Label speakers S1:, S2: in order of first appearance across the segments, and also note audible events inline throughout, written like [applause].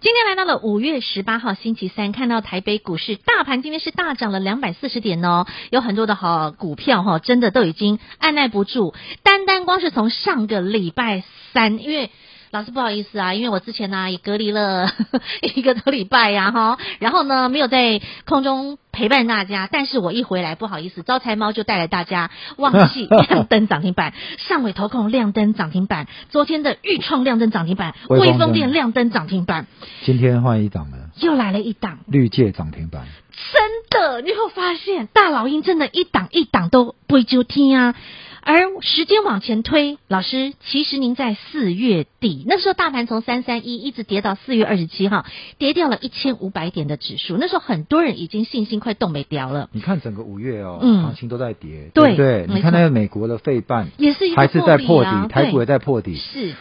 S1: 今天来到了五月十八号星期三，看到台北股市大盘今天是大涨了两百四十点哦，有很多的好股票哈、真的都已经按耐不住。单单光是从上个礼拜三，因为老师不好意思啊，因为我之前呢、也隔离了 [laughs] 一个多礼拜呀、哈，然后呢没有在空中陪伴大家，但是我一回来不好意思，招财猫就带来大家旺
S2: [laughs]
S1: 系亮灯涨停板，上尾投控亮灯涨停板，昨天的豫创亮灯涨停板，
S2: 微风
S1: 威风
S2: 灯
S1: 电亮灯涨停板。
S2: 今天换一档了，
S1: 又来了一档，
S2: 绿界涨停板，
S1: 真的，你会发现大老鹰真的一档一档都不会就听啊。而时间往前推，老师，其实您在四月底那时候，大盘从三三一一直跌到四月二十七号，跌掉了一千五百点的指数。那时候很多人已经信心快冻没掉了，
S2: 你看整个五月哦，
S1: 嗯
S2: 行情都在跌，
S1: 对
S2: 对不对？
S1: 没
S2: 你看
S1: 错
S2: 那个美国的费半
S1: 也是一个
S2: 还是在破
S1: 啊
S2: 底，台股也在破
S1: 对
S2: 底。
S1: 是，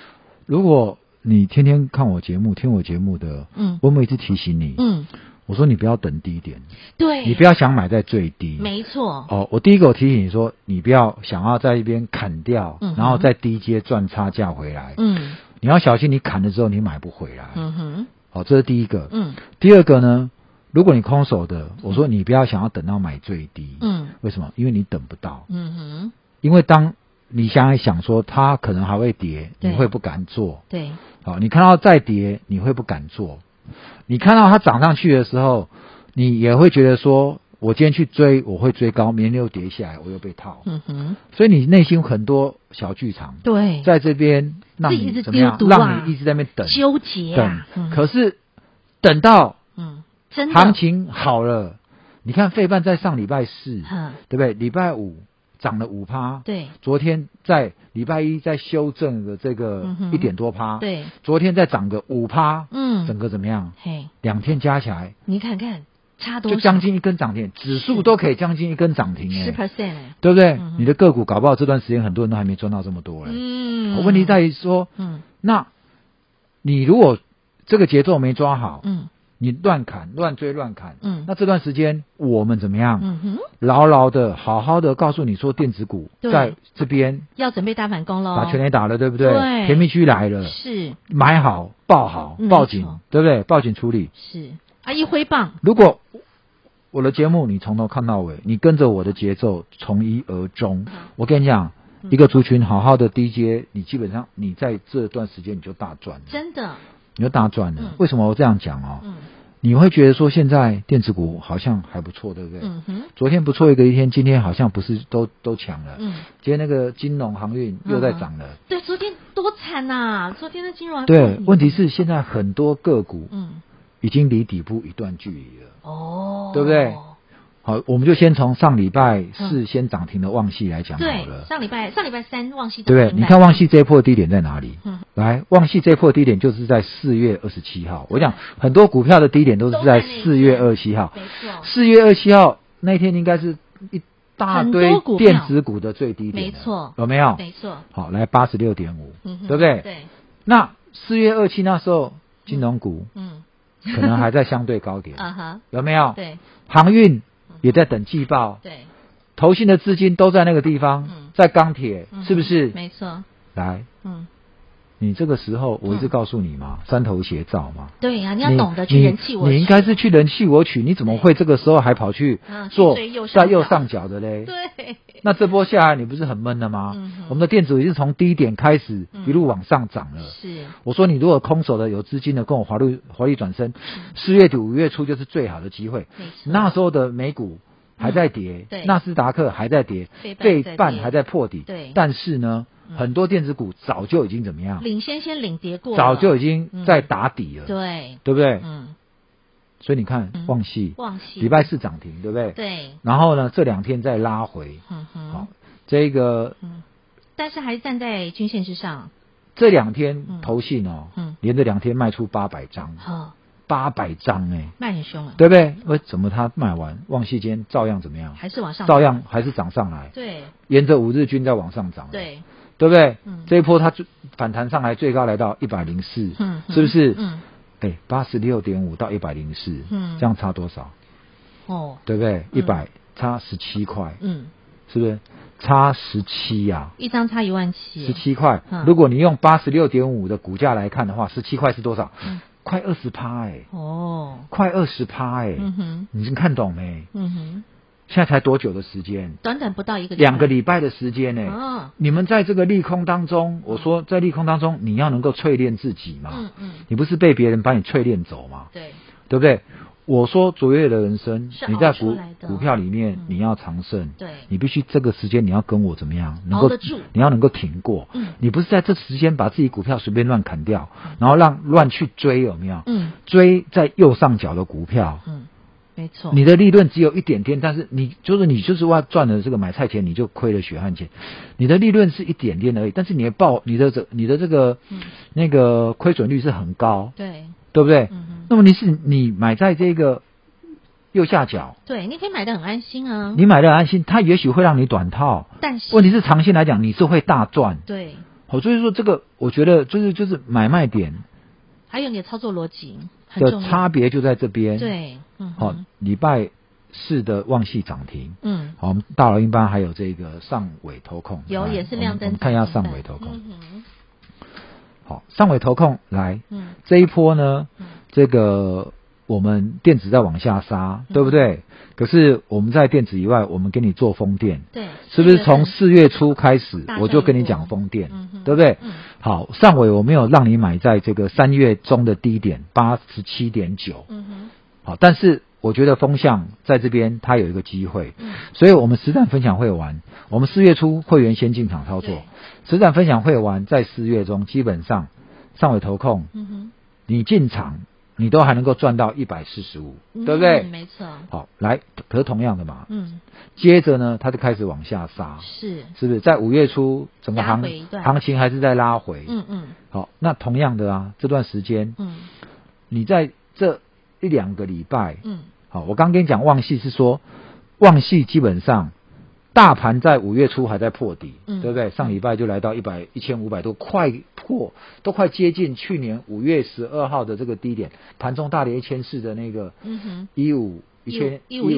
S2: 如果你天天看我节目、听我节目的，
S1: 嗯
S2: 我每次提醒你，
S1: 嗯，
S2: 我说你不要等低点，
S1: 对，
S2: 你不要想买在最低。
S1: 没错，
S2: 哦，我第一个我提醒你说，你不要想要在一边砍掉，
S1: 嗯哼
S2: 然后在低阶赚差价回来。
S1: 嗯
S2: 你要小心，你砍了之后你买不回来。
S1: 嗯哼，
S2: 哦，这是第一个。
S1: 嗯
S2: 第二个呢，如果你空手的，我说你不要想要等到买最低，
S1: 嗯
S2: 为什么？因为你等不到，
S1: 嗯哼，
S2: 因为当你想一想说它可能还会跌，
S1: 对
S2: 你会不敢做，
S1: 对，
S2: 好，你看到再跌，你会不敢做，你看到它涨上去的时候，你也会觉得说。我今天去追，我会追高，明天又跌下来，我又被套，
S1: 嗯哼，
S2: 所以你内心很多小剧场
S1: 对，
S2: 在这边让
S1: 自己一
S2: 你
S1: 直
S2: 怎么样
S1: 丢，毒啊
S2: 让你一直在那边等
S1: 纠结啊，
S2: 等，
S1: 嗯
S2: 可是等到
S1: 嗯，真的，
S2: 行情好了，你看费半在上礼拜四，
S1: 嗯
S2: 对不对？礼拜五涨了五趴，，
S1: 对
S2: 昨天在礼拜一再修正了这个
S1: 嗯哼
S2: 一点多趴，，
S1: 对，
S2: 昨天再涨个五趴，
S1: 嗯，
S2: 啊整个怎么样？
S1: 嘿，
S2: 两天加起来
S1: 你看看差多
S2: 就
S1: 少，
S2: 将近一根涨停，指数都可以将近一根涨停
S1: 十
S2: 哎，
S1: percent，
S2: 对不对
S1: 嗯哼？
S2: 你的个股搞不好这段时间很多人都还没赚到这么多嘞。
S1: 嗯，
S2: 问题在于说，
S1: 嗯
S2: 那你如果这个节奏没抓好，
S1: 嗯
S2: 你乱砍、乱追、乱砍，
S1: 嗯
S2: 那这段时间我们怎么样？
S1: 嗯哼，
S2: 牢牢的、好好的告诉你说，电子股
S1: 对
S2: 在这边
S1: 要准备大反攻喽，
S2: 把全垒打了，对不对？
S1: 对
S2: 甜蜜区来了，
S1: 是
S2: 买好、报好
S1: 嗯、
S2: 报
S1: 没
S2: 警
S1: 错，
S2: 对不对？报警处理。
S1: 是啊，一挥棒，
S2: 如果我的节目你从头看到尾，你跟着我的节奏从一而终，我跟你讲，
S1: 嗯
S2: 一个族群好好的低阶，你基本上你在这段时间你就大赚了，
S1: 真的，
S2: 你就大赚
S1: 嗯
S2: 了。为什么我这样讲哦？
S1: 嗯
S2: 你会觉得说现在电子股好像还不错，对不对？
S1: 嗯哼，
S2: 昨天不错一个一天，今天好像不是都都强了。
S1: 嗯，
S2: 今天那个金融航运又在涨了。
S1: 对，昨天多惨呐，昨天的金融还
S2: 对，
S1: 破
S2: 问
S1: 底
S2: 题是现在很多个股
S1: 嗯
S2: 已经离底部一段距离了。
S1: 哦，
S2: 对不对？好，我们就先从上礼拜四
S1: 嗯
S2: 先涨停的旺系来讲好
S1: 对，
S2: 了，
S1: 上礼拜上礼拜三旺西
S2: 对不
S1: 涨
S2: 对？
S1: 停
S2: 你
S1: 板
S2: 看旺系这一波低点在哪里？
S1: 嗯
S2: 来，旺系这一波低点就是在四月二十七号。我讲很多股票的低点都是在
S1: 都在那一天
S2: 四月二十七号，
S1: 没错，
S2: 四月二七号那天应该是一大
S1: 很
S2: 堆
S1: 多股票
S2: 电子股的最低点了，
S1: 没错
S2: 有没有？
S1: 没错，
S2: 好，来八十六点五，
S1: 嗯哼，
S2: 啊对不对？
S1: 对，
S2: 那四月二七那时候，金融股
S1: 嗯
S2: 可能还在相对高
S1: [laughs]
S2: 点，
S1: 啊哈，
S2: 有没有？
S1: 对嗯
S2: 航运也在等季报，
S1: 对，
S2: 投信的资金都在那个地方，
S1: 嗯
S2: 在钢铁，
S1: 嗯
S2: 是不是？
S1: 没错，
S2: 来，
S1: 嗯。
S2: 你这个时候我一直告诉你嘛，三头斜照嘛。
S1: 对嗯啊呀、你要懂得去人气我取啊
S2: 你，你应该是去人气我取，你怎么会这个时候还跑去
S1: 嗯去
S2: 做
S1: 追右上
S2: 在右
S1: 角
S2: 上角的嘞？
S1: 对，
S2: 那这波下来你不是很闷了吗？
S1: 嗯哼
S2: 我们的电子已经从低点开始
S1: 嗯
S2: 一路往上涨了。
S1: 是
S2: 我说你如果空手的有资金的，跟我华丽华丽转身，四月底五月初就是最好的机会。
S1: 没错。
S2: 那时候的美股还在跌
S1: 嗯，对
S2: 纳斯达克还在跌，
S1: 费半
S2: 费
S1: 在跌
S2: 半还在破底。
S1: 对
S2: 但是呢，
S1: 嗯
S2: 很多电子股早就已经怎么样？
S1: 领先先领跌过了，
S2: 早就已经在打底了，
S1: 对，
S2: 对不对？
S1: 嗯，
S2: 所以你看
S1: 嗯，
S2: 旺系
S1: 旺系
S2: 礼拜四涨停，对不对？
S1: 对，
S2: 然后呢，这两天再拉回，
S1: 嗯
S2: 好
S1: 哼，，
S2: 这个
S1: 嗯，但是还是站在均线之上，
S2: 这两
S1: 嗯
S2: 天投信哦
S1: 嗯，
S2: 连着两天卖出八百张，
S1: 好，
S2: 八百张哎、
S1: 卖很凶了，
S2: 嗯对不对？为怎么它卖完，旺季间照样怎么样？
S1: 还是往上
S2: 照样还是涨上来，
S1: 对
S2: 沿着五日均在往上涨，，
S1: 对，
S2: 对不对？
S1: 嗯
S2: 这一波它最反弹上来，最高来到一百零四，
S1: 嗯，嗯
S2: 是不是？
S1: 嗯，
S2: 哎，八十六点五到一百零四，
S1: 嗯
S2: 这样差多少？
S1: 哦，
S2: 对不对？一
S1: 嗯
S2: 百、差十七块，
S1: 嗯，
S2: 是不是？差十七呀，
S1: 一张差一万七，
S2: 十，七块。
S1: 嗯
S2: 如果你用八十六点五的股价来看的话，十七块是多少？
S1: 嗯
S2: 快二十趴哎，
S1: 哦，
S2: 快二十趴哎，
S1: 嗯哼，
S2: 你看懂没？
S1: 嗯哼，
S2: 现在才多久的时间？
S1: 短短不到一个
S2: 两个礼拜的时间呢、
S1: 嗯
S2: 你们在这个利空当中，我说在利空当中，你要能够淬炼自己嘛。
S1: 嗯嗯，
S2: 你不是被别人把你淬炼走嘛，
S1: 对，
S2: 对不对？我说卓越的人生
S1: 是，
S2: 你在
S1: 熬出
S2: 股
S1: 来的
S2: 股票里面
S1: 嗯
S2: 你要长胜，
S1: 对
S2: 你必须这个时间你要跟我怎么样，能
S1: 熬
S2: 够
S1: 得住
S2: 你要能够挺过，
S1: 嗯
S2: 你不是在这时间把自己股票随便乱砍掉，然后让乱去追有没有？
S1: 嗯
S2: 追在右上角的股票，
S1: 嗯，没错，
S2: 你的利润只有一点点，但是你就是你就是ว่า赚了这个买菜钱，你就亏了血汗钱，你的利润是一点点而已，但是你的报你的这你的这个、
S1: 嗯
S2: 那个亏损率是很高，
S1: 对，
S2: 对不对？
S1: 嗯哼
S2: 那么你是你买在这个右下角，
S1: 对，你可以买的很安心啊，
S2: 你买的安心，它也许会让你短套，
S1: 但是
S2: 问题是长线来讲你是会大赚。
S1: 对，
S2: 好，所以说这个我觉得就是就是买卖点
S1: 还有你的操作逻辑很
S2: 的
S1: 重要，
S2: 差别就在这边。，
S1: 对，嗯
S2: 好、
S1: 哼，
S2: 礼拜四的旺系涨停。
S1: 嗯，
S2: 好，我们大老鹰班还有这个上尾头控，
S1: 有
S2: 来
S1: 也是
S2: 我们
S1: 亮
S2: 我
S1: 灯
S2: 们
S1: 涨
S2: 看一
S1: 停板，
S2: 下上尾头控。
S1: 嗯
S2: 好，上尾头控来
S1: 哼，嗯
S2: 这一波呢，
S1: 嗯
S2: 这个我们电子在往下杀，
S1: 嗯
S2: 对不对？可是我们在电子以外，我们给你做风电，
S1: 对，
S2: 是不是
S1: 这个
S2: 从四月初开始
S1: 大，
S2: 我
S1: 赚
S2: 就
S1: 一
S2: 跟你
S1: 波
S2: 讲风电
S1: 嗯哼，
S2: 对不对
S1: 嗯？
S2: 好，上尾我没有让你买在这个三月中的低点八十七点九，
S1: 嗯哼，
S2: 好，但是我觉得风向在这边它有一个机会，
S1: 嗯
S2: 所以我们实战分享会完，我们四月初会员先进场操
S1: 对
S2: 作，实战分享会完在四月中基本上上尾投控
S1: 嗯哼，
S2: 你进场你都还能够赚到一百四十五，
S1: 嗯
S2: 对不对？
S1: 没错，
S2: 好，来，可是同样的嘛，
S1: 嗯，
S2: 接着呢它就开始往下杀，
S1: 是，
S2: 是不是？在五月初整个
S1: 拉
S2: 行
S1: 回一段
S2: 行情还是在拉回，
S1: 嗯嗯
S2: 好，那同样的啊，这段时间
S1: 嗯
S2: 你在这一两个礼拜，
S1: 嗯，
S2: 好，我刚跟你讲旺系是说，旺系基本上大盘在五月初还在破底，
S1: 嗯
S2: 对不对？上礼拜就来到一百一千五百多，快破，都快接近去年五月十二号的这个低点，盘中大跌一千四的那个，
S1: 嗯哼，
S2: 一五一千
S1: 15159
S2: 一五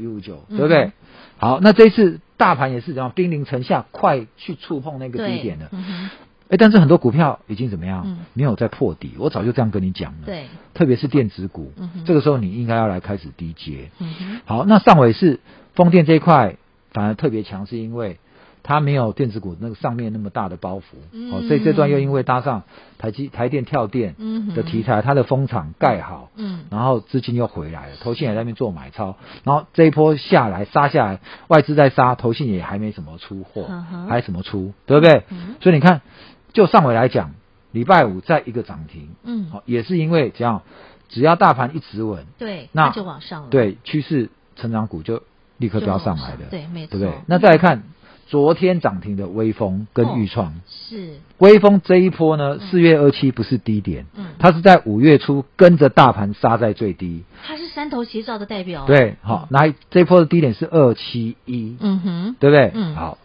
S2: 一五九，
S1: 嗯
S2: 对不对？好，那这一次大盘也是这样，叮咛城下，快去触碰那个
S1: 对，
S2: 低点了。
S1: 嗯哼，
S2: 哎，但是很多股票已经怎么样？
S1: 嗯
S2: 没有在破底，我早就这样跟你讲了。
S1: 对，
S2: 特别是电子股，
S1: 嗯哼
S2: 这个时候你应该要来开始低接。
S1: 嗯哼，
S2: 好，那上尾是风电这一块反而特别强，是因为它没有电子股那个上面那么大的包袱。
S1: 嗯
S2: 好、所以这段又因为搭上台积台电跳电
S1: 嗯哼
S2: 的题材，它的风场盖好，
S1: 嗯
S2: 然后资金又回来了，投信也在那边做买超，然后这一波下来杀下来，外资在杀，投信也还没什么出货
S1: 嗯哼，
S2: 还什么出，对不对
S1: 嗯？
S2: 所以你看，就上尾来讲，礼拜五再一个涨停，
S1: 嗯，
S2: 好，也是因为这样，只要大盘一直稳，
S1: 对，
S2: 那
S1: 那就往上了，，
S2: 对趋势成长股就立刻飙上
S1: 就
S2: 来
S1: 往
S2: 了
S1: 上，对没错哦
S2: 对不对？那再来看昨天涨停的微风跟裕创，
S1: 是，
S2: 微风这一波呢，四月二七不是低点，
S1: 嗯
S2: 它是在五月初跟着大盘杀在最低，
S1: 它是山头斜照的代表，，
S2: 对，好，那这一波的低点是二七一，
S1: 嗯哼，
S2: 对不对？
S1: 嗯
S2: 好，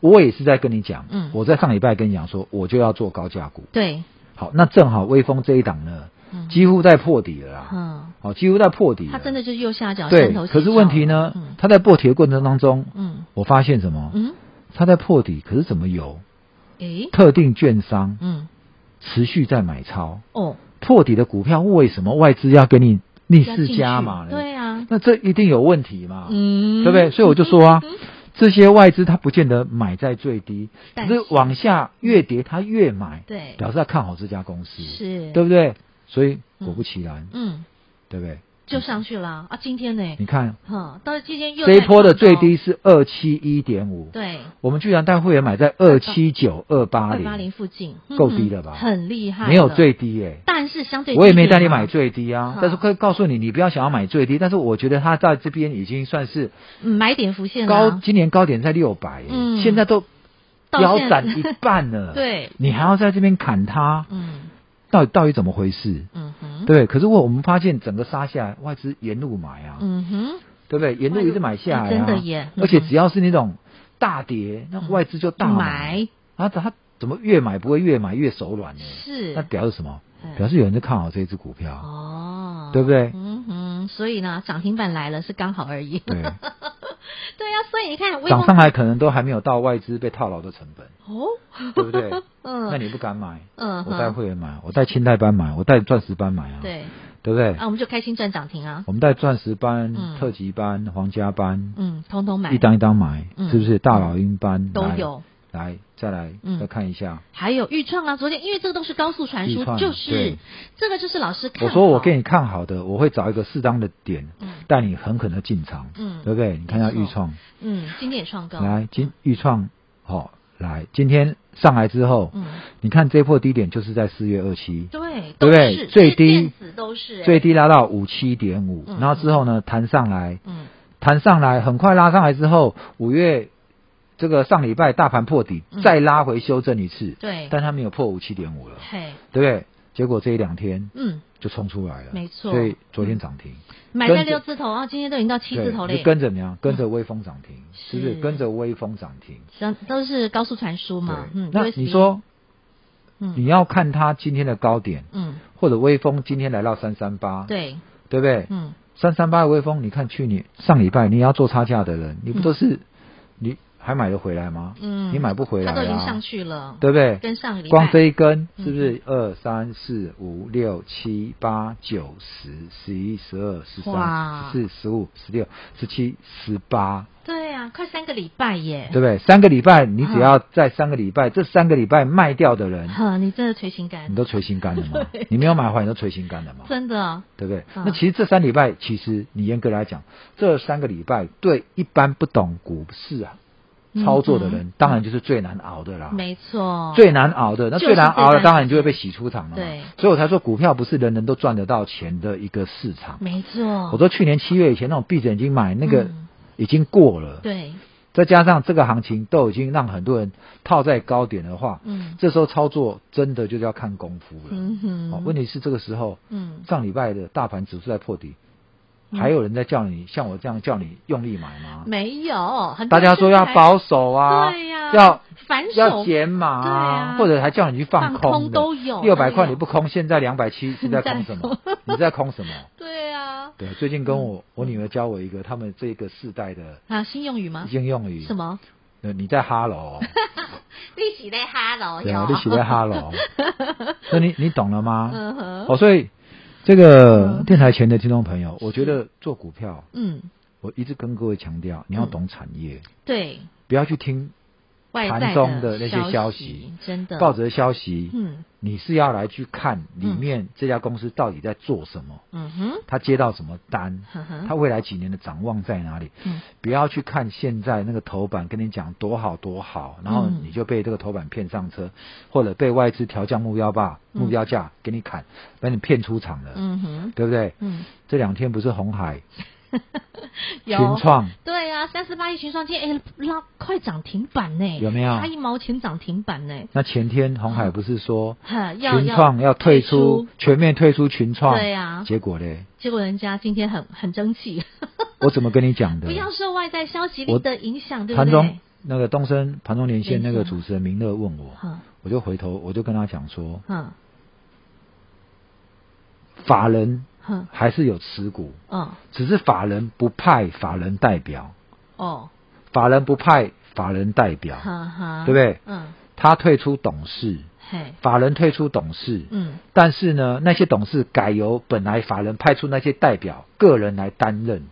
S2: 我也是在跟你讲，
S1: 嗯
S2: 我在上礼拜跟你讲说，我就要做高价股，
S1: 对，
S2: 好，那正好微风这一档呢
S1: 嗯，
S2: 几乎在破底了啦，
S1: 嗯，
S2: 好，几乎在破底了，
S1: 它真的就是右下角
S2: 啊对
S1: 山啊头斜，照，
S2: 可是问题呢
S1: 嗯，
S2: 它在破题的过程当中，
S1: 嗯
S2: 我发现什么？
S1: 嗯，
S2: 它在破底，可是怎么有
S1: 诶，
S2: 特定券商
S1: 嗯，
S2: 持续在买超？
S1: 哦，
S2: 破底的股票为什么外资要给你逆
S1: 要
S2: 势
S1: 进
S2: 加
S1: 去
S2: 码？
S1: 对啊，
S2: 那这一定有问题嘛？
S1: 嗯，
S2: 对不对？所以我就说啊，这些外资它不见得买在最低，可
S1: 但
S2: 是
S1: 是
S2: 往下越跌它越买，
S1: 对，
S2: 表示它看好这家公司，
S1: 是，
S2: 对，不对？所以果
S1: 嗯
S2: 不其然，
S1: 嗯，
S2: 对不对？
S1: 就上去了啊，今天呢，
S2: 你看
S1: 哼，到今天又
S2: 这一
S1: 再
S2: 波的
S1: 创
S2: 最
S1: 高
S2: 低，是二七一点五，
S1: 对，
S2: 我们居然带会员买在二七九、二八
S1: 二八零
S2: 零，
S1: 附近，
S2: 够
S1: 嗯
S2: 低
S1: 哼
S2: 了吧
S1: 很厉害，
S2: 没有，最低耶、
S1: 但是相对
S2: 我也没
S1: 低嗯
S2: 带
S1: 点
S2: 你
S1: 嘛
S2: 买，最低啊
S1: 好，
S2: 但是可以告诉你，你不要想要买最低。但是我觉得它在这边已经算是
S1: 嗯买点浮现
S2: 高，
S1: 啊，
S2: 今年高点在六百、
S1: 嗯
S2: 现在都
S1: 到
S2: 腰
S1: 现
S2: 斩一半
S1: [laughs]
S2: 了。
S1: 对
S2: 你还要在这边砍它，
S1: 嗯，
S2: 到底到底怎么回事？
S1: 嗯哼，
S2: 对，可是我我们发现整个杀下来，外资沿路买啊，
S1: 嗯哼，
S2: 对不对？沿路一直买下来、啊
S1: 哎真的耶嗯
S2: 而且只要是那种大跌，那
S1: 嗯
S2: 外资就大买，
S1: 买
S2: 啊，他怎么越买不会越买越手软呢？那
S1: 是
S2: 表示什么
S1: 嗯？
S2: 表示有人在看好这只股票，
S1: 哦，
S2: 对不对
S1: 嗯哼，所以呢，涨停板来了是刚好而
S2: [laughs]
S1: 已。 [laughs]
S2: 对，
S1: 对呀、所以你看，微
S2: 涨
S1: 风
S2: 上来可能都还没有到外资被套牢的成
S1: [laughs]
S2: 本，
S1: 哦，
S2: 对不对？
S1: [laughs] 嗯
S2: 那你不敢买，
S1: 嗯哼，
S2: 我带会员买，我带清代班买，我带钻石班买啊，
S1: 对
S2: 对不对
S1: 啊，？我们就开心赚涨停啊，
S2: 我们带钻石班
S1: 嗯、
S2: 特级班、皇家班，
S1: 嗯，通通买
S2: 一，档一档买，
S1: 嗯
S2: 是不是？大老鹰班
S1: 都
S2: 来
S1: 有，
S2: 来再来
S1: 嗯
S2: 再看一下。
S1: 还有豫创啊，昨天因为这个都是高速传输
S2: 豫，创
S1: 就是
S2: 对
S1: 这个就是老师看
S2: 我
S1: 好，
S2: 说我给你看好的，我会找一个适当的点
S1: 嗯
S2: 带你狠狠的进场，
S1: 嗯
S2: 对不对？你看一下豫创，
S1: 嗯，今天也创高，
S2: 来今豫创，好、来今天上来之后，
S1: 嗯，
S2: 你看这波低点就是在四月二七，
S1: 对，
S2: 对不
S1: 都
S2: 对
S1: 是这
S2: 最
S1: 些
S2: 低
S1: 电子都是哎
S2: 最，低拉到五七点五，
S1: 嗯
S2: 然后之后呢弹上来，
S1: 嗯
S2: 弹上来很快拉上来之后，五月这个上礼拜大盘破底，
S1: 嗯
S2: 再拉回修正一次，
S1: 对，
S2: 但它没有破五七点五了，
S1: 嘿，
S2: 对不对？结果这一两天
S1: 嗯，
S2: 就冲出来了，
S1: 没错
S2: 所以昨天涨停。
S1: 买
S2: 跟
S1: 在
S2: 着
S1: 六字头啊，今天都已经到七
S2: 对，
S1: 字头
S2: 你就
S1: 嘞，
S2: 跟着怎么样？跟着微风涨停，
S1: 是
S2: 是不是？跟着微风涨停。
S1: 都都是高速传输嘛，
S2: 对
S1: 嗯，
S2: 那
S1: USB
S2: 你，说你
S1: 嗯
S2: 要看它今天的高点，
S1: 嗯，
S2: 或者微风今天来到三三八，
S1: 对，
S2: 对不对？
S1: 嗯
S2: 三三八的微风，你看去年上礼拜你要做差价的人，你不都是你还买得回来吗？
S1: 嗯，
S2: 你买不回来
S1: 它都已经
S2: 啊
S1: 上，去了，
S2: 对不对？
S1: 跟嗯上个礼拜
S2: 光这一根是不是二三四五六七八九十十一十二十
S1: 哇
S2: 三十四十五十六十七十八？
S1: 对啊，快三个礼拜耶，
S2: 对不对？三个礼拜，你
S1: 嗯
S2: 只要在三个礼拜，这三个礼拜卖掉的人，
S1: 呵，你真的垂心肝
S2: 你，都捶心肝了
S1: [laughs]
S2: 嘛？你没有买回来，你都捶心肝了嘛？
S1: 真的，
S2: 对不对？
S1: 嗯
S2: 那其实这三礼拜，其实你严格来讲，这三个礼拜对一般不懂股市啊
S1: 嗯
S2: 操作的人
S1: 嗯，
S2: 当然就是最难熬的啦。
S1: 没错，
S2: 最难熬的，那
S1: 就是
S2: 最难熬
S1: 这
S2: 的，
S1: 段
S2: 当然就会被洗出场了嘛。
S1: 对
S2: 所以我才说股票不是人人都赚得到钱的一个市场。
S1: 没错，
S2: 我说去年七月以前那种闭着眼睛买，那个
S1: 嗯
S2: 已经过了。
S1: 对，
S2: 再加上这个行情都已经让很多人套在高点的话，
S1: 嗯
S2: 这时候操作真的就是要看功夫了。
S1: 嗯哼，
S2: 哦，问题是这个时候，
S1: 嗯
S2: 上礼拜的大盘指数在破底，
S1: 嗯
S2: 还有人在叫你像我这样叫你用力买吗？
S1: 没有，很多
S2: 大
S1: 人
S2: 家说要保守啊，
S1: 对呀
S2: 要
S1: 反手
S2: 要减码
S1: 对啊
S2: 或者还叫你去放
S1: 放空
S2: 的
S1: 都有
S2: 六百
S1: 都有
S2: 块你不空，现在两百七是在空
S1: [laughs]
S2: 什么？你在空什么？
S1: 对啊，
S2: 对，最近跟我我女儿教我一个他们这个世代的
S1: 啊，新用语吗？
S2: 应用语，
S1: 什么？
S2: 呃？你在哈喽。
S1: 利息在哈喽
S2: 对啊
S1: 哟，，
S2: 你喜欢哈
S1: [laughs]
S2: 喽，所以你你懂了吗？
S1: 嗯哼，
S2: 哦，所以这个电台前的听众朋友，我觉得做股票，
S1: 嗯，
S2: 我一直跟各位强调，你要懂产业，
S1: 对，
S2: 不要去听
S1: 外在
S2: 盘中的那
S1: 消
S2: 些消息、
S1: 真的
S2: 报纸的消息，
S1: 嗯
S2: 你是要来去看里面这家公司到底在做什么，
S1: 嗯哼，
S2: 他接到什么单，
S1: 呵呵
S2: 他未来几年的展望在哪里？
S1: 嗯
S2: 不要去看现在那个头版跟你讲多好多好，然后
S1: 嗯
S2: 你就被这个头版骗上车，或者被外资调降目标吧
S1: 嗯
S2: 目标价给你砍，把你骗出场了，
S1: 嗯哼，
S2: 对不对？
S1: 嗯，
S2: 这两天不是红海、
S1: 有
S2: 群创，
S1: 对啊，三十八亿群创今天哎拉快涨停板呢，
S2: 有没有
S1: 差一毛钱涨停板呢？
S2: 那前天红海不
S1: [laughs]
S2: 是说
S1: 哈，要
S2: 群创要退出
S1: 出，，
S2: 全面退出群创，
S1: 对啊
S2: 结果嘞，
S1: 结果人家今天很很争气，
S2: 我怎么跟你讲的
S1: 不？要受外在消息力
S2: 我
S1: 的影响，对不
S2: 盘中
S1: 对？
S2: 那个东升盘中连线那
S1: 连
S2: 个
S1: 线
S2: 主持人明乐问我，
S1: 哼
S2: 我就回头我就跟他讲说，
S1: 哼
S2: 法人
S1: 哼，
S2: 还是有持股，
S1: 嗯
S2: 只是法人不派法人代表，
S1: 哦，
S2: 法人不派法人代表，
S1: 哈哈，
S2: 对不对？
S1: 嗯，
S2: 他退出董事，
S1: 嘿，
S2: 法人退出董事，
S1: 嗯
S2: 但是呢，那些董事改由本来法人派出那些代表个人来担任，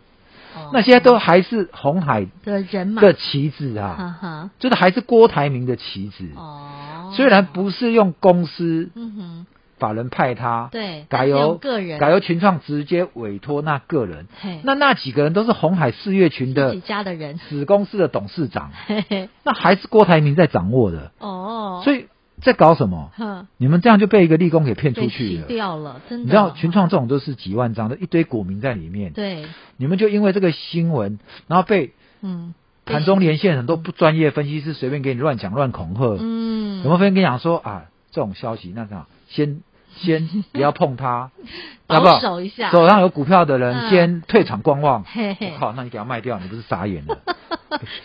S1: 哦，
S2: 那些都还是红海
S1: 的人嘛，
S2: 的旗子
S1: 哈
S2: 啊，
S1: 哈，
S2: 就是还是郭台铭的旗子。
S1: 哦，
S2: 虽然，不是用公司
S1: 嗯哼，
S2: 法人派他，
S1: 对，
S2: 改
S1: 但是
S2: 由
S1: 用个人
S2: 改由群创直接委托那个人，
S1: 嘿，
S2: 那那几个人都是红海四月群
S1: 自
S2: 的
S1: 己家的人，
S2: 子公司的董事长，
S1: 嘿嘿，
S2: 那还是郭台铭在掌握的，
S1: 哦，
S2: 所
S1: 以，
S2: 以在搞什么？
S1: 哼，
S2: 你们这样就被一个利工给骗
S1: 被
S2: 出
S1: 洗
S2: 去了。
S1: 掉了，真的，
S2: 你知道群创这种都是几万张的，一堆股民在里面，
S1: 对，
S2: 你们就因为这个新闻，然后被
S1: 嗯，被
S2: 盘中连线很多不专业分析师随便给你乱讲乱恐吓，
S1: 嗯， [laughs]
S2: 有没有分跟你讲说啊这种消息那这样先先不要碰它，
S1: 保
S2: 好不好？
S1: 守一下
S2: 手上有股票的人
S1: 嗯
S2: 先退场观望。
S1: [laughs] 嘿嘿
S2: 我靠，那你给它卖掉，你不是傻
S1: [laughs]
S2: 眼了？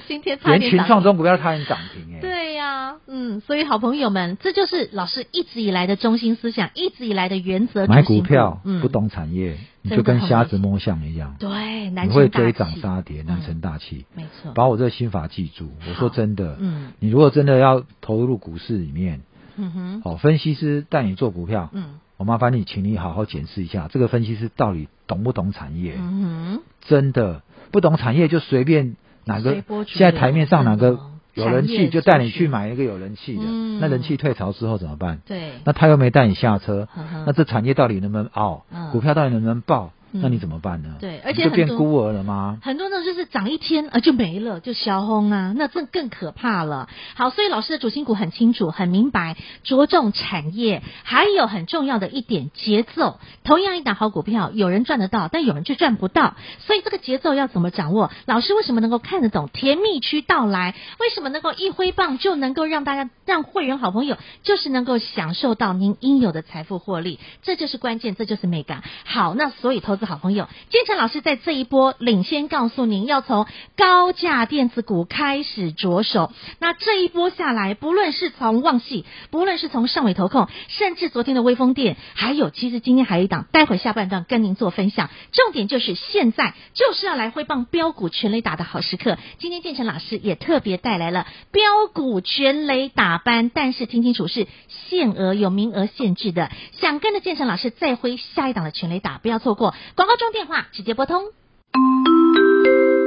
S1: 今天差
S2: 连
S1: 点
S2: 群
S1: 打
S2: 创中股票差点涨停哎。
S1: 对呀、嗯，所以好朋友们，这就是老师一直以来的中心思想，一直以来的原则。
S2: 买
S1: 执行
S2: 股票
S1: 嗯，
S2: 不懂产业，你
S1: 真的
S2: 就跟瞎
S1: 很危
S2: 子
S1: 险
S2: 摸象一样，
S1: 对，
S2: 你
S1: 男
S2: 会
S1: 生大
S2: 追
S1: 气，
S2: 涨杀
S1: 嗯
S2: 跌，难成大器。
S1: 没错，
S2: 把我这个心法记住，我说真的，
S1: 嗯
S2: 你如果真的要投入股市里面，
S1: 嗯哼，
S2: 哦，分析师带你做股票，
S1: 嗯
S2: 我麻烦你，请你好好检视一下，这个分析师到底懂不懂产业？
S1: 嗯哼，
S2: 真的不懂产业就随便哪
S1: 随
S2: 个
S1: 波，逐流
S2: 现在台面上哪
S1: 真
S2: 个
S1: 的哦
S2: 有人
S1: 产业
S2: 气
S1: 就是
S2: 就带你去买一个有人气的，
S1: 嗯
S2: 那人气退潮之后怎么办？
S1: 对，
S2: 那他又没带你下车
S1: 嗯哼，
S2: 那这产业到底能不能熬
S1: 嗯？
S2: 股票到底能不能
S1: 嗯
S2: 爆？那你怎么办呢？
S1: 对而且
S2: 你就
S1: 很多
S2: 变孤儿了吗？
S1: 很多呢就是涨一天啊就没了，就消轰啊，那这更可怕了。好，所以老师的主心骨很清楚、很明白，着重产业，还有很重要的一点节奏。同样一档好股票，有人赚得到，但有人却赚不到，所以这个节奏要怎么掌握？老师为什么能够看得懂甜蜜区到来？为什么能够一挥棒就能够让大家让会员好朋友就是能够享受到您应有的财富获利？这就是关键，这就是美感。好，那所以投资好朋友，建成老师在这一波领先告诉您，要从高价电子股开始着手。那这一波下来，不论是从旺系，不论是从上尾投控，甚至昨天的微风电，还有其实今天还有一档，待会下半段跟您做分享。重点就是现在就是要来挥棒标股全垒打的好时刻。今天建成老师也特别带来了标股全垒打班，但是听清楚是限额有名额限制的，想跟着建成老师再挥下一档的全垒打，不要错过。广告中电话直接拨通。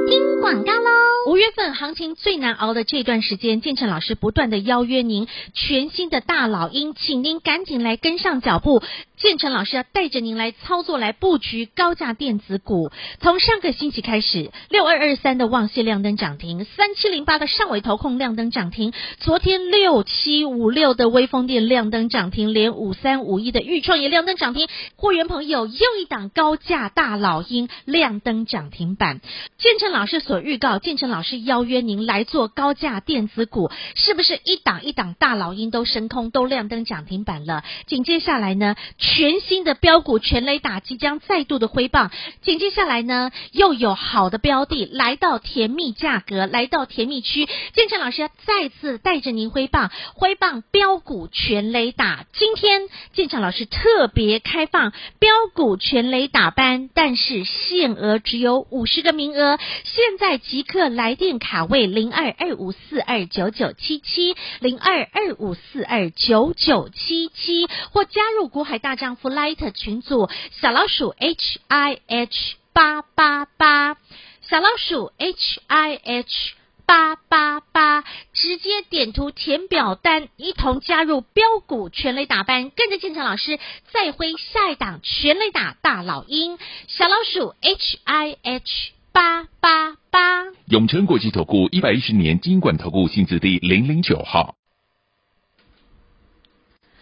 S1: 听广告喽！五月份行情最难熬的这段时间，建成老师不断的邀约您，全新的大老鹰，请您赶紧来跟上脚步。建成老师要带着您来操作，来布局高价电子股。从上个星期开始，六二二三的旺系亮灯涨停，三七零八的上尾投控亮灯涨停，昨天六七五六的微风电亮灯涨停，连五三五一的裕创也亮灯涨停。会员朋友又一档高价大老鹰亮灯涨停板。建成老师所预告，建成老师邀约您来做高价电子股，是不是一档一档大老鹰都升空，都亮灯涨停板了？紧接下来呢，全新的标股全雷打即将再度的挥棒，紧接下来呢，又有好的标的来到甜蜜价格，来到甜蜜区，建成老师要再次带着您挥棒，挥棒标股全雷打。今天建成老师特别开放标股全雷打班，但是限额只有五十个名额，现在即刻来电卡位零二二五四二九九七七零二二五四二九九七七，或加入股海大丈夫 Light 群组小老鼠 H I H 八八八，小老鼠 H I H。八八八，直接点图填表单，一同加入标股全垒打班，跟着建成老师再挥下一档全垒打大老鹰，小老鼠 H I H 八八八。
S3: 永诚国际投顾一百一十年金管投顾性质第零零九号。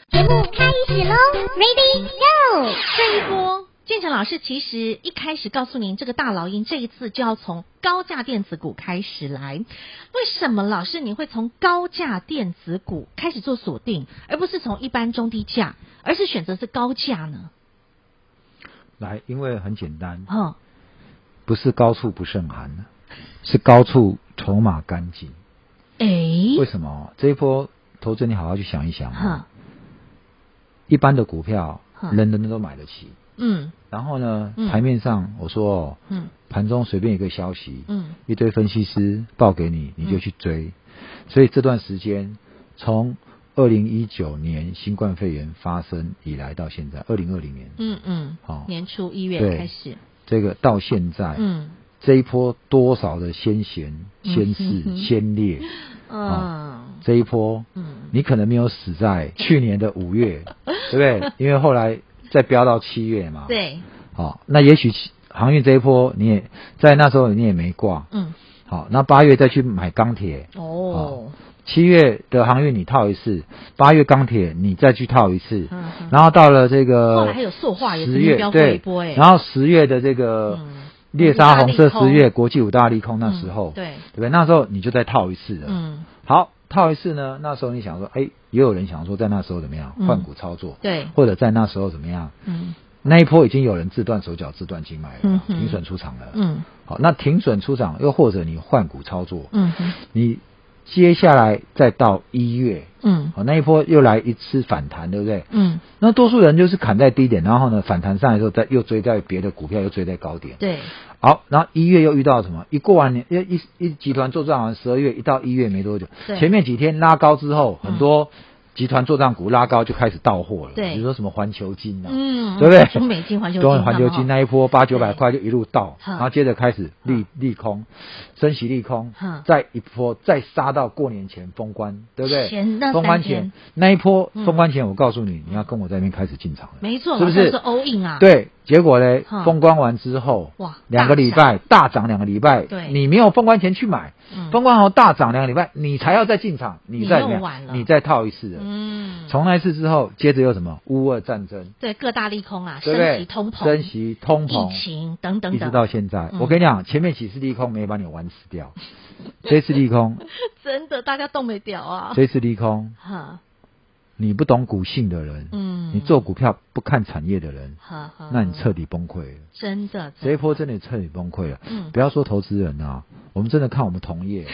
S4: 节目开始喽，Ready Go！
S1: 这一波，建成老师其实一开始告诉您，这个大老鹰这一次就要从高价电子股开始来。为什么老师你会从高价电子股开始做锁定，而不是从一般中低价，而是选择是高价呢？
S2: 来，因为很简单，
S1: 哦，
S2: 不是高处不胜寒，是高处筹码干净。
S1: 哎，
S2: 为什么这一波投资你好好去想一想啊
S1: 哈？，
S2: 一般的股票
S1: 哼，
S2: 人人都买得起。
S1: 嗯
S2: 然后呢
S1: 嗯，
S2: 台面上我说哦
S1: 嗯
S2: 盘中随便一个消息，
S1: 嗯
S2: 一堆分析师报给你，你就去追。所以这段时间，从二零一九年新冠肺炎发生以来到现在，二零二零年，
S1: 嗯嗯，
S2: 好
S1: 年初一月
S2: 对哎
S1: 开始，
S2: 这个到现在，
S1: 嗯
S2: 这一波多少的先贤、
S1: 嗯哼
S2: 先
S1: 哼
S2: 士、先烈，
S1: 嗯
S2: 这一波，
S1: 嗯，
S2: 你可能没有死在去年的五月，对
S1: [laughs]
S2: 不对？因为后来再飙到七月嘛，，
S1: 嗯对，
S2: 好、那也许航运这一波你也在那时候你也没挂，
S1: 嗯
S2: 好、那八月再去买钢铁，
S1: 哦，
S2: 七月的航运你套一次，八月钢铁你再去套一次，
S1: 嗯嗯
S2: 然后到了这
S1: 后
S2: 个
S1: 来还有塑化也
S2: 十
S1: 曾经
S2: 月
S1: 飙过一
S2: 对
S1: 波哎，
S2: 然后十月的这个
S1: 嗯
S2: 猎杀红
S1: 五大
S2: 色
S1: 利空
S2: 十月国际五大利空那时
S1: 嗯
S2: 候，
S1: 对
S2: 对不对？那时候你就再套一次了。
S1: 嗯
S2: 好，套一次呢，那时候你想说，哎，也有人想说在那时候怎么样
S1: 嗯
S2: 换股操作，
S1: 对
S2: 或者在那时候怎么样，
S1: 嗯
S2: 那一波已经有人自断手脚、自断筋脉
S1: 嗯
S2: 了，
S1: 哼
S2: 停损出场了。
S1: 嗯
S2: 好，那停损出场，又或者你换股操作，
S1: 嗯哼
S2: 你接下来再到一月，哦
S1: 嗯
S2: 好，那一波又来一次反弹，对不对？
S1: 嗯，
S2: 那多数人就是砍在低点，然后呢反弹上来之后，再又追在别的股票，又追在高点。
S1: 对，
S2: 好，然后一月又遇到什么？一过完年，一一一集团做账完，十二月一到一月没多久，
S1: 对
S2: 前面几天拉高之后，
S1: 嗯
S2: 很多集团做账股拉高就开始到货了。
S1: 对
S2: 比如说什么环球金呐、啊，
S1: 嗯，
S2: 对不对？
S1: 中美金环球金，
S2: 中美环球金
S1: 那
S2: 那一波八九百块就一路到，
S1: 嗯
S2: 然后接着开始利利空，升息利空
S1: 嗯，
S2: 再一波再杀到过年前封关，对不
S1: 前那三
S2: 对？封关
S1: 天
S2: 前那一波
S1: 嗯
S2: 封关前，我告诉你，你要跟我在那边开始进场了。
S1: 没错，
S2: 是不
S1: 马
S2: 是
S1: 上是 all in 啊？，
S2: 对，结果呢
S1: 嗯，
S2: 封关完之后，
S1: 哇
S2: 两个礼拜大涨两个礼拜，
S1: 对
S2: 你没有封关前去买，
S1: 嗯
S2: 封关后大涨两个礼拜，你才要再进场，
S1: 你
S2: 你再
S1: 又
S2: 怎么样
S1: 晚了
S2: 你再套一次的。
S1: 嗯，
S2: 从那一次之后，接着又什么乌俄战争，
S1: 对各大利空啊，
S2: 对不
S1: 升息、？
S2: 对
S1: 通膨、
S2: 升息、通膨、
S1: 疫情等等
S2: 一
S1: 等
S2: 直，到现在，
S1: 嗯
S2: 我跟你讲，前面几次利空没把你玩死
S1: [laughs]
S2: 掉，这次利空，
S1: 真的大家动没掉啊。
S2: 这次利空，
S1: 哈，
S2: 你不懂股性的人，
S1: 嗯，
S2: 你做股票不看产业的人，
S1: 呵呵，
S2: 那你彻底崩溃了。
S1: 真的
S2: 这一波真的彻底崩溃了。
S1: 嗯
S2: 不要说投资人啊，我们真的看我们同业
S1: [laughs]
S2: 啊，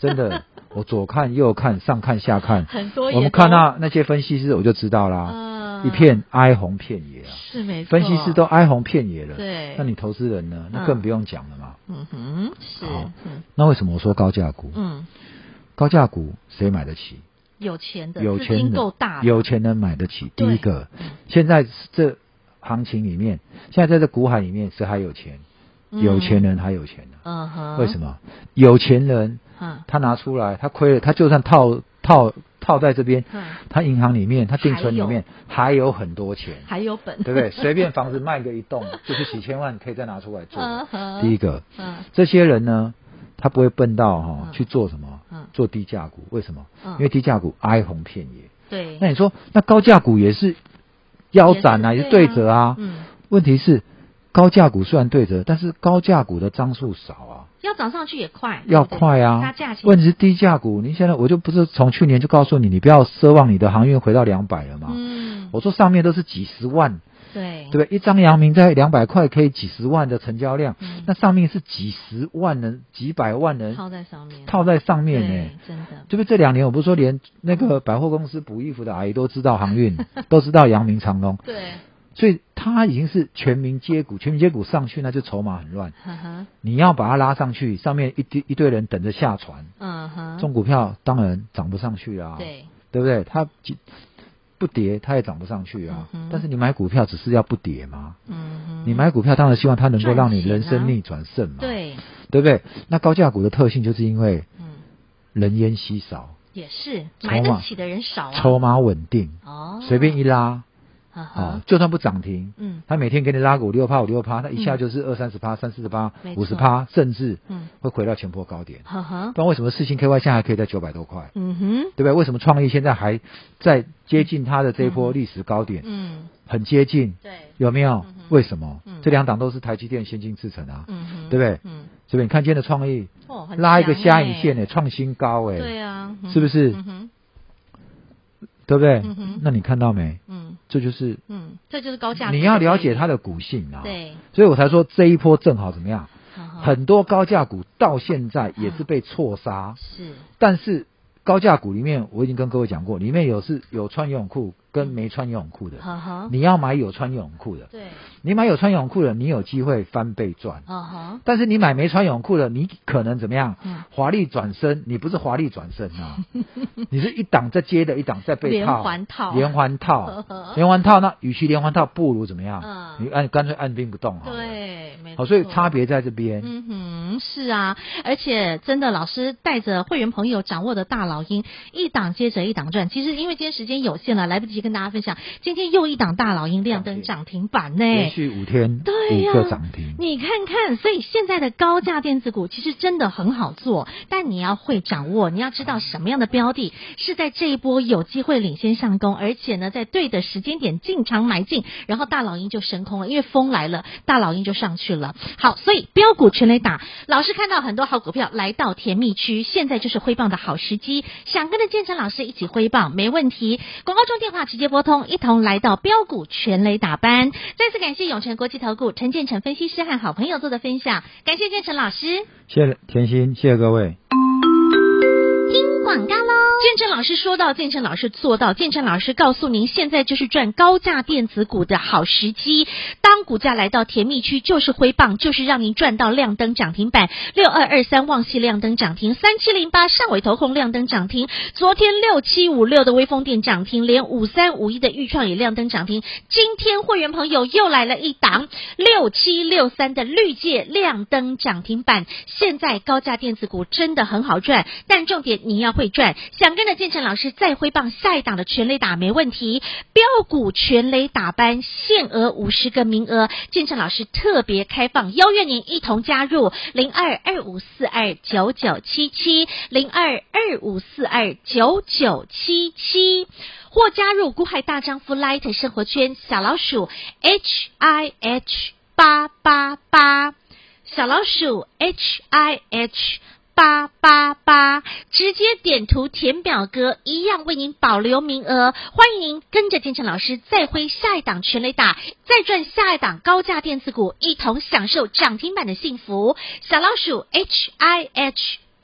S2: 真的，我左看右看，上看下看，
S1: 很多也都
S2: 我们看到那些分析师，我就知道啦，
S1: 嗯
S2: 一片哀鸿遍野啊，
S1: 是没错，
S2: 分析师都哀鸿遍野了。
S1: 对
S2: 那你投资人呢？那
S1: 嗯
S2: 更不用讲了嘛。
S1: 嗯哼是
S2: 好
S1: 嗯
S2: 那为什么我说高价股？
S1: 嗯
S2: 高价股谁买得起？
S1: 有钱的
S2: 有
S1: 资
S2: 钱
S1: 金
S2: 人
S1: 够大的
S2: 有钱人买得起。第
S1: 对
S2: 一个
S1: 嗯，
S2: 现在这行情里面，现在在这股海里面，谁还有钱？有钱人还有钱呢、
S1: 嗯哼
S2: 为什么？有钱人
S1: 嗯
S2: 他拿出来，他亏了，他就算套套套在这边
S1: 嗯，
S2: 他银行里面，他定存里面还有很多钱，
S1: 还有本
S2: 对
S1: [laughs]
S2: 不对？随便房子卖个一栋就是几千万，可以再拿出来做
S1: 嗯
S2: 的。
S1: 哼
S2: 第一个，
S1: 嗯
S2: 这些人呢，他不会笨到哈
S1: 嗯
S2: 去做什么
S1: 嗯，
S2: 做低价股，为什么？
S1: 嗯
S2: 因为低价股哀鸿遍野。
S1: 对
S2: 那你说，那高价股也是腰斩啊，
S1: 也
S2: 也
S1: 是
S2: 是
S1: 对啊
S2: 对折啊。
S1: 嗯
S2: 问题是，高价股虽然对折，但是高价股的张数少啊，
S1: 要涨上去也快
S2: 要
S1: 对不对
S2: 快
S1: 它
S2: 啊
S1: 价。钱
S2: 问题是低价股，你现在我就不是从去年就告诉你，你不要奢望你的航运回到两百了嘛。
S1: 嗯
S2: 我说上面都是几十万，
S1: 对
S2: 对不对？一张阳明在两百块可以几十万的成交量，
S1: 嗯
S2: 那上面是几十万人、几百万人
S1: 套在上面
S2: 套在上面呢、
S1: 对真的
S2: 对不对？这两年我不是说连那个百货公司补衣服的阿姨都知道航
S1: [laughs]
S2: 运，都知道阳明长隆，
S1: 对
S2: 所以它已经是全民皆股，全民皆股上去那就筹码很乱。
S1: 呵呵
S2: 你要把它拉上去，上面一堆一堆人等着下船，
S1: 嗯哼
S2: 这种股票当然涨不上去啊，
S1: 对
S2: 对不对？它几不跌，它也涨不上去啊。
S1: 嗯哼
S2: 但是你买股票只是要不跌嘛，
S1: 嗯哼
S2: 你买股票当然希望它能够让你
S1: 赚
S2: 人
S1: 钱啊
S2: 生逆转胜嘛，
S1: 对
S2: 对不对？那高价股的特性就是因为
S1: 嗯
S2: 人烟稀少，
S1: 也是
S2: 筹
S1: 买
S2: 码
S1: 得起的人少啊
S2: 筹码稳定，
S1: 哦
S2: 随便一拉
S1: 呵呵
S2: 啊，就算不涨停，
S1: 嗯
S2: 他每天给你拉个五六趴五六趴，那一下就是二三十趴、三四十趴、
S1: 没错
S2: 五十趴，甚至
S1: 嗯
S2: 会回到前波高点。
S1: 呵呵
S2: 不然为什么四星 KY 现在还可以在九百多块？
S1: 嗯哼
S2: 对不对？为什么创意现在还在接近它的这一波
S1: 嗯
S2: 历史高点，
S1: 嗯
S2: 很接近，
S1: 对
S2: 有没有
S1: 嗯哼？
S2: 为什么
S1: 嗯？
S2: 这两档都是台积电先进制程啊，
S1: 嗯哼
S2: 对不对
S1: 嗯
S2: 对不对？你看今天的创意
S1: 哦很
S2: 拉一个
S1: 强
S2: 下
S1: 欸
S2: 影线呢，创新高哎，
S1: 对啊嗯
S2: 是不是
S1: 嗯哼
S2: 对不对
S1: 嗯哼？
S2: 那你看到没？
S1: 嗯
S2: 这就是
S1: 嗯这就是高价值
S2: 你要了解
S1: 的
S2: 它的股性啊。
S1: 概念
S2: 所以我才说这一波正好怎么样？
S1: 对呵呵
S2: 很多高价股到现在也是被错杀，
S1: 是
S2: 但是高价股里面我已经跟各位讲过，里面有是有穿游泳裤跟没穿游泳裤的。
S1: 呵呵
S2: 你要买有穿游泳裤的，
S1: 对
S2: 你买有穿泳裤的，你有机会翻倍赚。
S1: 呵呵
S2: 但是你买没穿泳裤的，你可能怎么样
S1: 嗯？
S2: 华丽转身，你不是华丽转身
S1: [laughs]
S2: 啊，你是一档再接的一档再被套，
S1: 连环套
S2: 连环
S1: 呵
S2: 套
S1: [laughs] 呵，
S2: 连环套。那与其连环套，不如怎么样？
S1: 嗯
S2: 你按干脆按兵不动好了。
S1: 对没
S2: 好，所以
S1: 错
S2: 差别在这边。
S1: 嗯哼，是啊，而且真的，老师带着会员朋友掌握的大老鹰，一档接着一档赚。其实因为今天时间有限了，来不及跟。跟大家分享，今天又一档大老鹰亮灯涨停板呢、
S2: 连续五天
S1: 对呀、
S2: 五个涨停，
S1: 你看看，所以现在的高价电子股其实真的很好做，但你要会掌握，你要知道什么样的标的是在这一波有机会领先上攻，而且呢，在对的时间点进场买进，然后大老鹰就升空了，因为风来了，大老鹰就上去了。好，所以标股全雷打，老师看到很多好股票来到甜蜜区，现在就是挥棒的好时机，想跟着建成老师一起挥棒，没问题。广告中电话直接拨通，一同来到标股全雷打班。再次感谢永诚国际投顾陈建成分析师和好朋友做的分享，感谢建成老师。
S2: 谢谢甜心，谢谢各位。
S4: 听广告喽。
S1: 建成老师说到，建成老师做到，建成老师告诉您，现在就是赚高价电子股的好时机。当股价来到甜蜜区，就是挥棒，就是让您赚到亮灯涨停板。六二二三旺系亮灯涨停，三七零八上尾投控亮灯涨停，昨天六七五六的微风电涨停，连五三五一的豫创也亮灯涨停。今天会员朋友又来了一档六七六三的绿界亮灯涨停板。现在高价电子股真的很好赚，但重点你要会赚。想跟着建成老师再挥棒下一档的全垒打没问题，标股全垒打班限额五十个名额，建成老师特别开放，邀约您一同加入零二二五四二九九七七零二二五四二九九七七。或加入股海大丈夫 Light 生活圈小老鼠 H I H 八八八，小老鼠 H I H 八八八，直接点图填表格，一样为您保留名额。欢迎您跟着建成老师再挥下一档全垒打，再赚下一档高价电子股，一同享受涨停板的幸福。小老鼠 H I H